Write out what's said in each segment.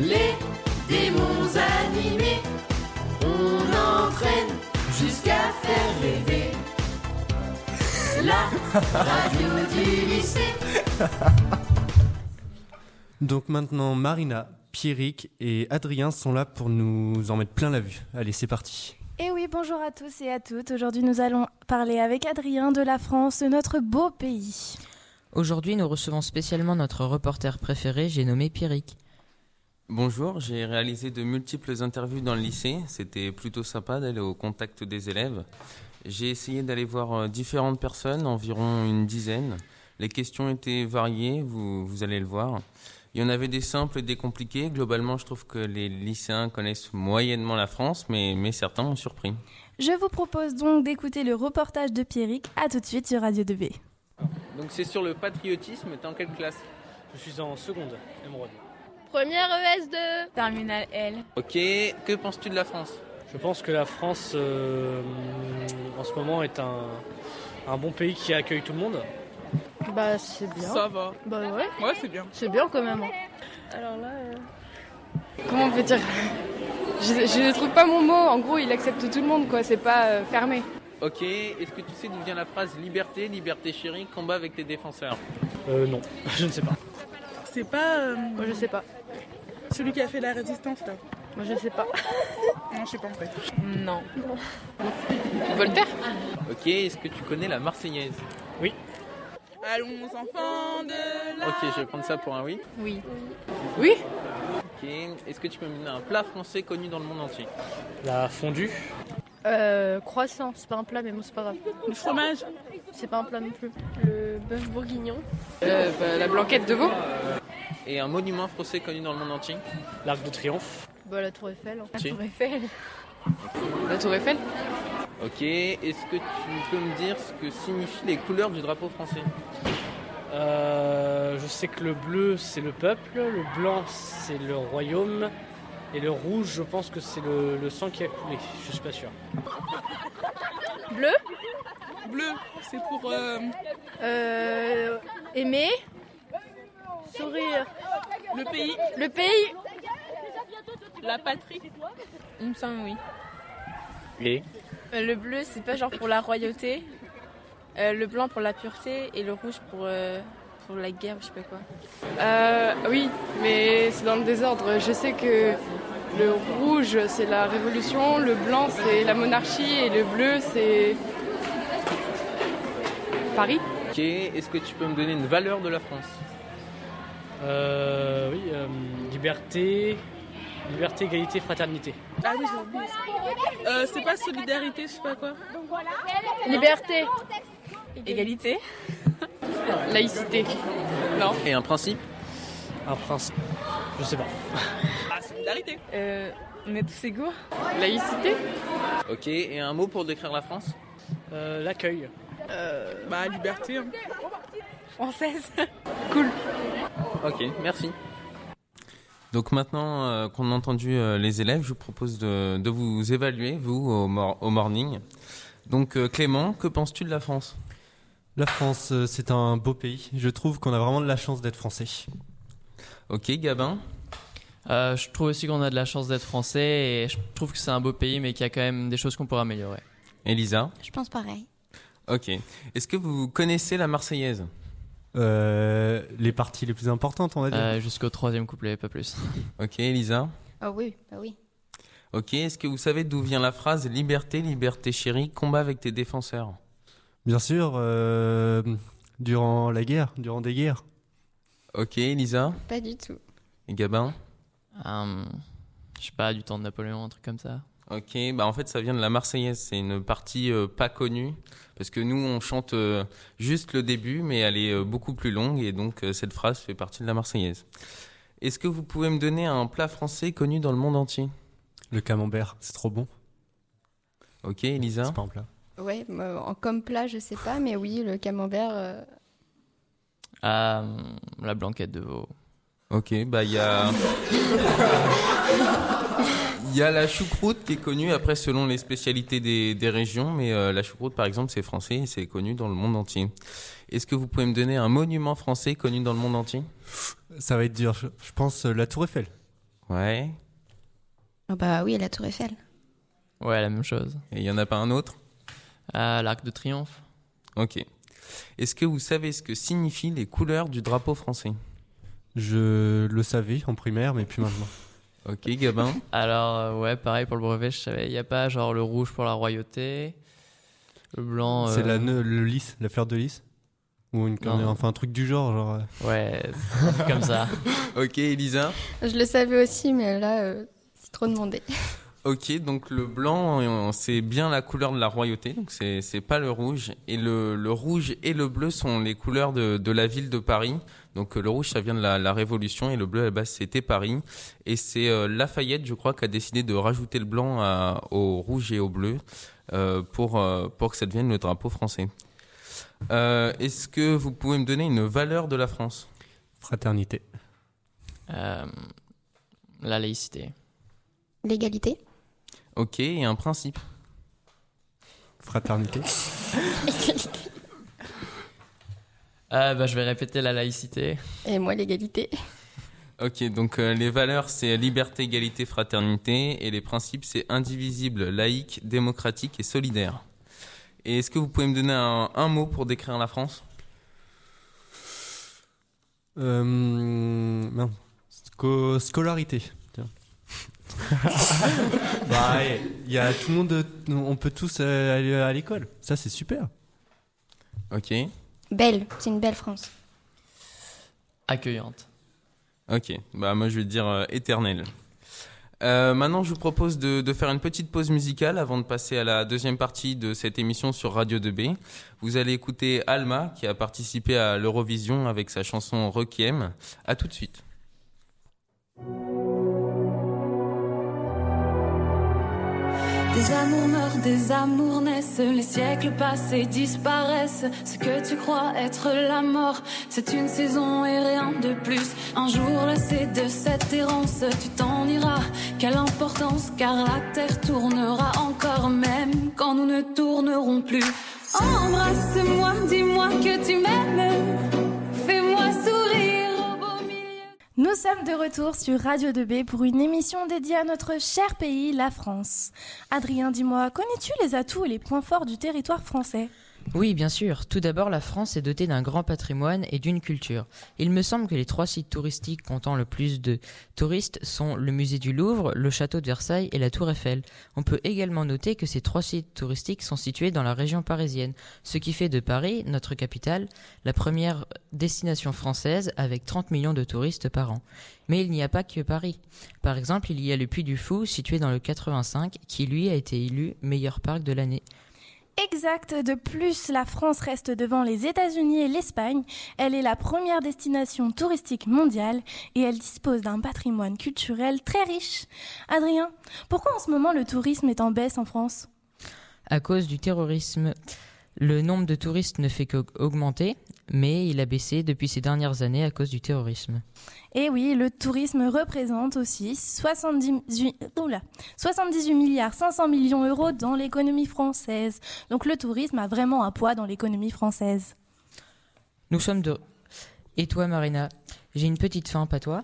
les démons animés. On entraîne jusqu'à faire rêver. La radio du lycée. Donc maintenant, Marina, Pierrick et Adrien sont là pour nous en mettre plein la vue. Allez, c'est parti. Et Eh oui, bonjour à tous et à toutes. Aujourd'hui, nous allons parler avec Adrien de la France, de notre beau pays. Aujourd'hui, nous recevons spécialement notre reporter préféré, j'ai nommé Pierrick. Bonjour, j'ai réalisé de multiples interviews dans le lycée. C'était plutôt sympa d'aller au contact des élèves. J'ai essayé d'aller voir euh, différentes personnes, environ une dizaine. Les questions étaient variées, vous, vous allez le voir. Il y en avait des simples et des compliqués. Globalement, je trouve que les lycéens connaissent moyennement la France, mais, mais certains m'ont surpris. Je vous propose donc d'écouter le reportage de Pierrick. À tout de suite sur Radio 2B. Donc c'est sur le patriotisme, t'es en quelle classe Je suis en seconde, Emeraude. Première E ES2. Terminale L. Ok, que penses-tu de la France Je pense que la France, euh, en ce moment, est un, un bon pays qui accueille tout le monde. Bah c'est bien. Ça va. Bah ouais, Ouais, c'est bien. c'est bien quand même. hein. Alors là... Comment on peut dire je, je ne trouve pas mon mot. En gros, il accepte tout le monde, quoi. C'est pas euh, fermé. Ok, est-ce que tu sais d'où vient la phrase liberté, liberté chérie, combat avec tes défenseurs Euh, non, je ne sais pas. C'est pas euh, Moi, je sais pas. celui qui a fait la résistance là. Moi, je sais pas. Non, je sais pas en fait. Non. Voltaire Ok, est-ce que tu connais la Marseillaise Allons enfants de la. Ok, je vais prendre ça pour un oui. Oui. Oui Ok, est-ce que tu peux me donner un plat français connu dans le monde entier La fondue, euh, Croissant. C'est pas un plat, mais bon, c'est pas grave. Le fromage. C'est pas un plat non plus. Le bœuf bourguignon. la blanquette de veau Et un monument français connu dans le monde entier l'arc de triomphe, Bah, la tour Eiffel. hein. Si. Eiffel La tour Eiffel Ok, est-ce que tu peux me dire ce que signifient les couleurs du drapeau français Euh, je sais que le bleu c'est le peuple, le blanc c'est le royaume, et le rouge je pense que c'est le, le sang qui a coulé, je suis pas sûr. Bleu, c'est pour. euh, Euh. Aimer. Sourire. le pays, Le pays. la patrie. Il me semble oui. Et Euh, le bleu, c'est pas genre pour la royauté. Euh, le blanc pour la pureté et le rouge pour, euh, pour la guerre, je sais pas quoi. Euh, oui, mais c'est dans le désordre. Je sais que le rouge, c'est la révolution, le blanc, c'est la monarchie, et le bleu, c'est. Paris Ok, est-ce que tu peux me donner une valeur de la France Euh, oui, euh, liberté, liberté, égalité, fraternité. Ah oui, j'ai oublié ça. Euh, c'est pas solidarité, je sais pas quoi. Liberté. Égalité. Laïcité. Et un principe Un prince, je sais pas. Ah, solidarité. Euh, on est tous égaux. Laïcité Ok, et un mot pour décrire la France Euh, L'accueil, Bah, liberté. hein. Française. Ok, merci. Donc maintenant euh, qu'on a entendu euh, les élèves, je vous propose de, de vous évaluer, vous, au, mor- au morning. Donc euh, Clément, que penses-tu de la France La France, euh, c'est un beau pays. Je trouve qu'on a vraiment de la chance d'être français. Ok, Gabin Euh, je trouve aussi qu'on a de la chance d'être français et je trouve que c'est un beau pays mais qu'il y a quand même des choses qu'on pourrait améliorer. Elisa Je pense pareil. Ok. Est-ce que vous connaissez la Marseillaise Euh, les parties les plus importantes, on va dire. Euh, Jusqu'au troisième couplet, pas plus. Ok, Elisa Ah oui, bah oui. Ok, est-ce que vous savez d'où vient la phrase Liberté, liberté chérie, combat avec tes défenseurs Bien sûr, euh, durant la guerre, durant des guerres. Ok, Elisa Pas du tout. Et Gabin Euh, je sais pas, du temps de Napoléon, un truc comme ça. Ok, bah en fait ça vient de la Marseillaise, c'est une partie euh, pas connue, parce que nous on chante euh, juste le début, mais elle est euh, beaucoup plus longue, et donc euh, cette phrase fait partie de la Marseillaise. Est-ce que vous pouvez me donner un plat français connu dans le monde entier Le camembert, c'est trop bon. Ok, Hein Elisa C'est pas un plat. Ouais, moi, en comme plat, je sais pas, mais oui, le camembert. euh, Euh, la blanquette de veau. Ok, bah il y a... Il y a la choucroute qui est connue, après selon les spécialités des, des régions, mais euh, la choucroute par exemple c'est français et c'est connu dans le monde entier. Est-ce que vous pouvez me donner un monument français connu dans le monde entier Ça va être dur. Je, je pense euh, la Tour Eiffel. Ouais. Ah bah oui, la Tour Eiffel. Ouais, la même chose. Et il y en a pas un autre À l'Arc de Triomphe. Ok. Est-ce que vous savez ce que signifient les couleurs du drapeau français Je le savais en primaire, mais plus maintenant. Ok, Gabin. Alors, euh, ouais, pareil pour le brevet, je savais. Il n'y a pas genre le rouge pour la royauté, le blanc. C'est euh, la, ne- le lys, la fleur de lys Ou une Non. enfin un truc du genre. genre euh. Ouais, un truc comme ça. Ok, Elisa. Je le savais aussi, mais là, euh, c'est trop demandé. Ok, donc le blanc, euh, c'est bien la couleur de la royauté, donc c'est c'est pas le rouge. Et le, le rouge et le bleu sont les couleurs de, de la ville de Paris. Donc euh, le rouge, ça vient de la, la Révolution, et le bleu, à la base, c'était Paris. Et c'est euh, Lafayette, je crois, qui a décidé de rajouter le blanc à- au rouge et au bleu euh, pour, euh, pour que ça devienne le drapeau français. Euh, Est-ce que vous pouvez me donner une valeur de la France Fraternité. Euh, la laïcité. L'égalité. Ok, et un principe Fraternité. Ah, bah, je vais répéter la laïcité. Et moi, l'égalité. Ok, donc euh, les valeurs, c'est liberté, égalité, fraternité, et les principes, c'est indivisible, laïque, démocratique et solidaire. Et est-ce que vous pouvez me donner un, un mot pour décrire la France Euh, mince. Sco- scolarité. Tiens. bah, ouais, il y a tout le monde, euh, on peut tous euh, aller à l'école. Ça, c'est super. Ok. Belle, c'est une belle France. Accueillante. Ok, bah moi je vais dire euh, éternel. Euh, maintenant, je vous propose de, de faire une petite pause musicale avant de passer à la deuxième partie de cette émission sur Radio 2B. Vous allez écouter Alma qui a participé à l'Eurovision avec sa chanson Requiem. À tout de suite. Des amours meurent, des amours naissent, les siècles passent et disparaissent. Ce que tu crois être la mort, c'est une saison et rien de plus. Un jour lassé de cette errance, tu t'en iras. Quelle importance, car la terre tournera encore, même quand nous ne tournerons plus. Embrasse-moi, dis-moi que tu m'aimes, fais-moi sourire. Nous sommes de retour sur Radio 2B pour une émission dédiée à notre cher pays, la France. Adrien, dis-moi, connais-tu les atouts et les points forts du territoire français Oui, bien sûr. Tout d'abord, la France est dotée d'un grand patrimoine et d'une culture. Il me semble que les trois sites touristiques comptant le plus de touristes sont le musée du Louvre, le château de Versailles et la Tour Eiffel. On peut également noter que ces trois sites touristiques sont situés dans la région parisienne, ce qui fait de Paris, notre capitale, la première destination française avec 30 millions de touristes par an. Mais il n'y a pas que Paris. Par exemple, il y a le Puy du Fou, situé dans le 85, qui lui a été élu meilleur parc de l'année. Exact, de plus, la France reste devant les États-Unis et l'Espagne. Elle est la première destination touristique mondiale et elle dispose d'un patrimoine culturel très riche. Adrien, pourquoi en ce moment le tourisme est en baisse en France à cause du terrorisme. Le nombre de touristes ne fait qu'augmenter, mais il a baissé depuis ces dernières années à cause du terrorisme. Et Eh oui, le tourisme représente aussi 78, oula, 78 milliards 500 millions d'euros dans l'économie française. Donc le tourisme a vraiment un poids dans l'économie française. Nous sommes de... Et toi, Marina J'ai une petite faim, pas toi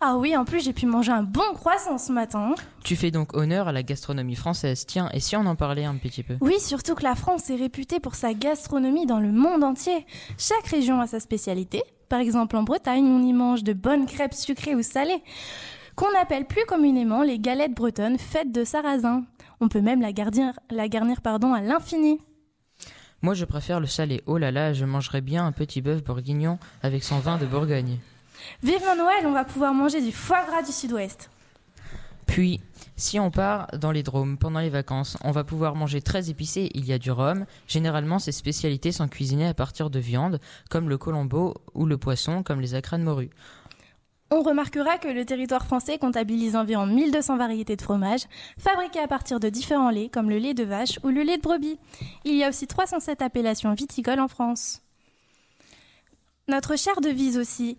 Ah oui, en plus j'ai pu manger un bon croissant ce matin. Tu fais donc honneur à la gastronomie française. Tiens, et si on en parlait un petit peu Oui, surtout que la France est réputée pour sa gastronomie dans le monde entier. Chaque région a sa spécialité. Par exemple, en Bretagne, on y mange de bonnes crêpes sucrées ou salées, qu'on appelle plus communément les galettes bretonnes faites de sarrasin. On peut même la garnir, la garnir pardon, à l'infini. Moi, je préfère le salé. Oh là là, je mangerais bien un petit bœuf bourguignon avec son vin de Bourgogne. Vivement Noël, on va pouvoir manger du foie gras du sud-ouest. Puis, si on part dans les drômes pendant les vacances, on va pouvoir manger très épicé. Il y a du rhum. Généralement, ces spécialités sont cuisinées à partir de viande, comme le colombo ou le poisson, comme les acras de morue. On remarquera que le territoire français comptabilise environ 1200 variétés de fromages, fabriqués à partir de différents laits, comme le lait de vache ou le lait de brebis. Il y a aussi 307 appellations viticoles en France. Notre chère devise aussi,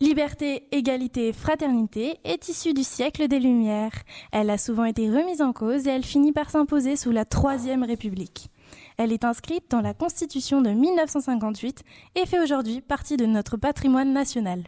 liberté, égalité, fraternité, est issue du siècle des Lumières. Elle a souvent été remise en cause et elle finit par s'imposer sous la Troisième République. Elle est inscrite dans la Constitution de 1958 et fait aujourd'hui partie de notre patrimoine national.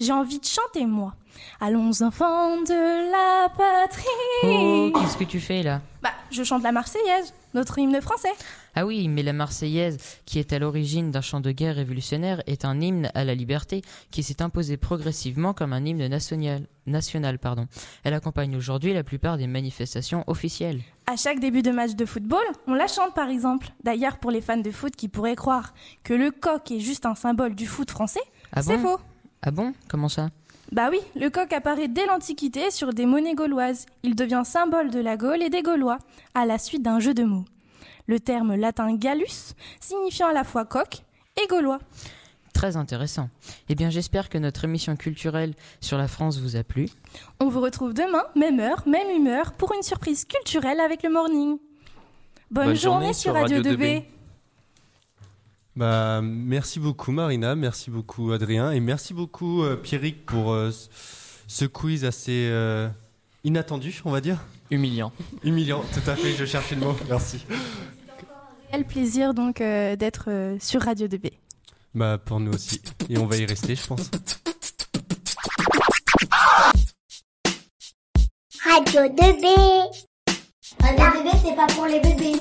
J'ai envie de chanter, moi. Allons, enfants de la patrie. Oh, qu'est-ce que tu fais là Bah, je chante la Marseillaise, notre hymne français. Ah oui, mais la Marseillaise, qui est à l'origine d'un chant de guerre révolutionnaire, est un hymne à la liberté qui s'est imposé progressivement comme un hymne national. national pardon. Elle accompagne aujourd'hui la plupart des manifestations officielles. À chaque début de match de football, on la chante par exemple. D'ailleurs, pour les fans de foot qui pourraient croire que le coq est juste un symbole du foot français, Ah c'est bon faux. Ah bon Comment ça Bah oui, le coq apparaît dès l'Antiquité sur des monnaies gauloises. Il devient symbole de la Gaule et des Gaulois, à la suite d'un jeu de mots. Le terme latin gallus, signifiant à la fois coq et gaulois. Très intéressant. Eh bien, j'espère que notre émission culturelle sur la France vous a plu. On vous retrouve demain, même heure, même humeur, pour une surprise culturelle avec le morning. Bonne, Bonne journée, journée sur sur Radio Radio 2B. 2B. Bah, merci beaucoup Marina, merci beaucoup Adrien et merci beaucoup euh, Pierrick pour euh, ce- ce quiz assez euh, inattendu, on va dire. Humiliant. Humiliant, tout à fait, je cherchais le mot, merci. Quel plaisir donc euh, d'être euh, sur Radio 2B. Bah pour nous aussi, et on va y rester je pense. Radio 2B. Radio 2B, c'est pas pour les bébés.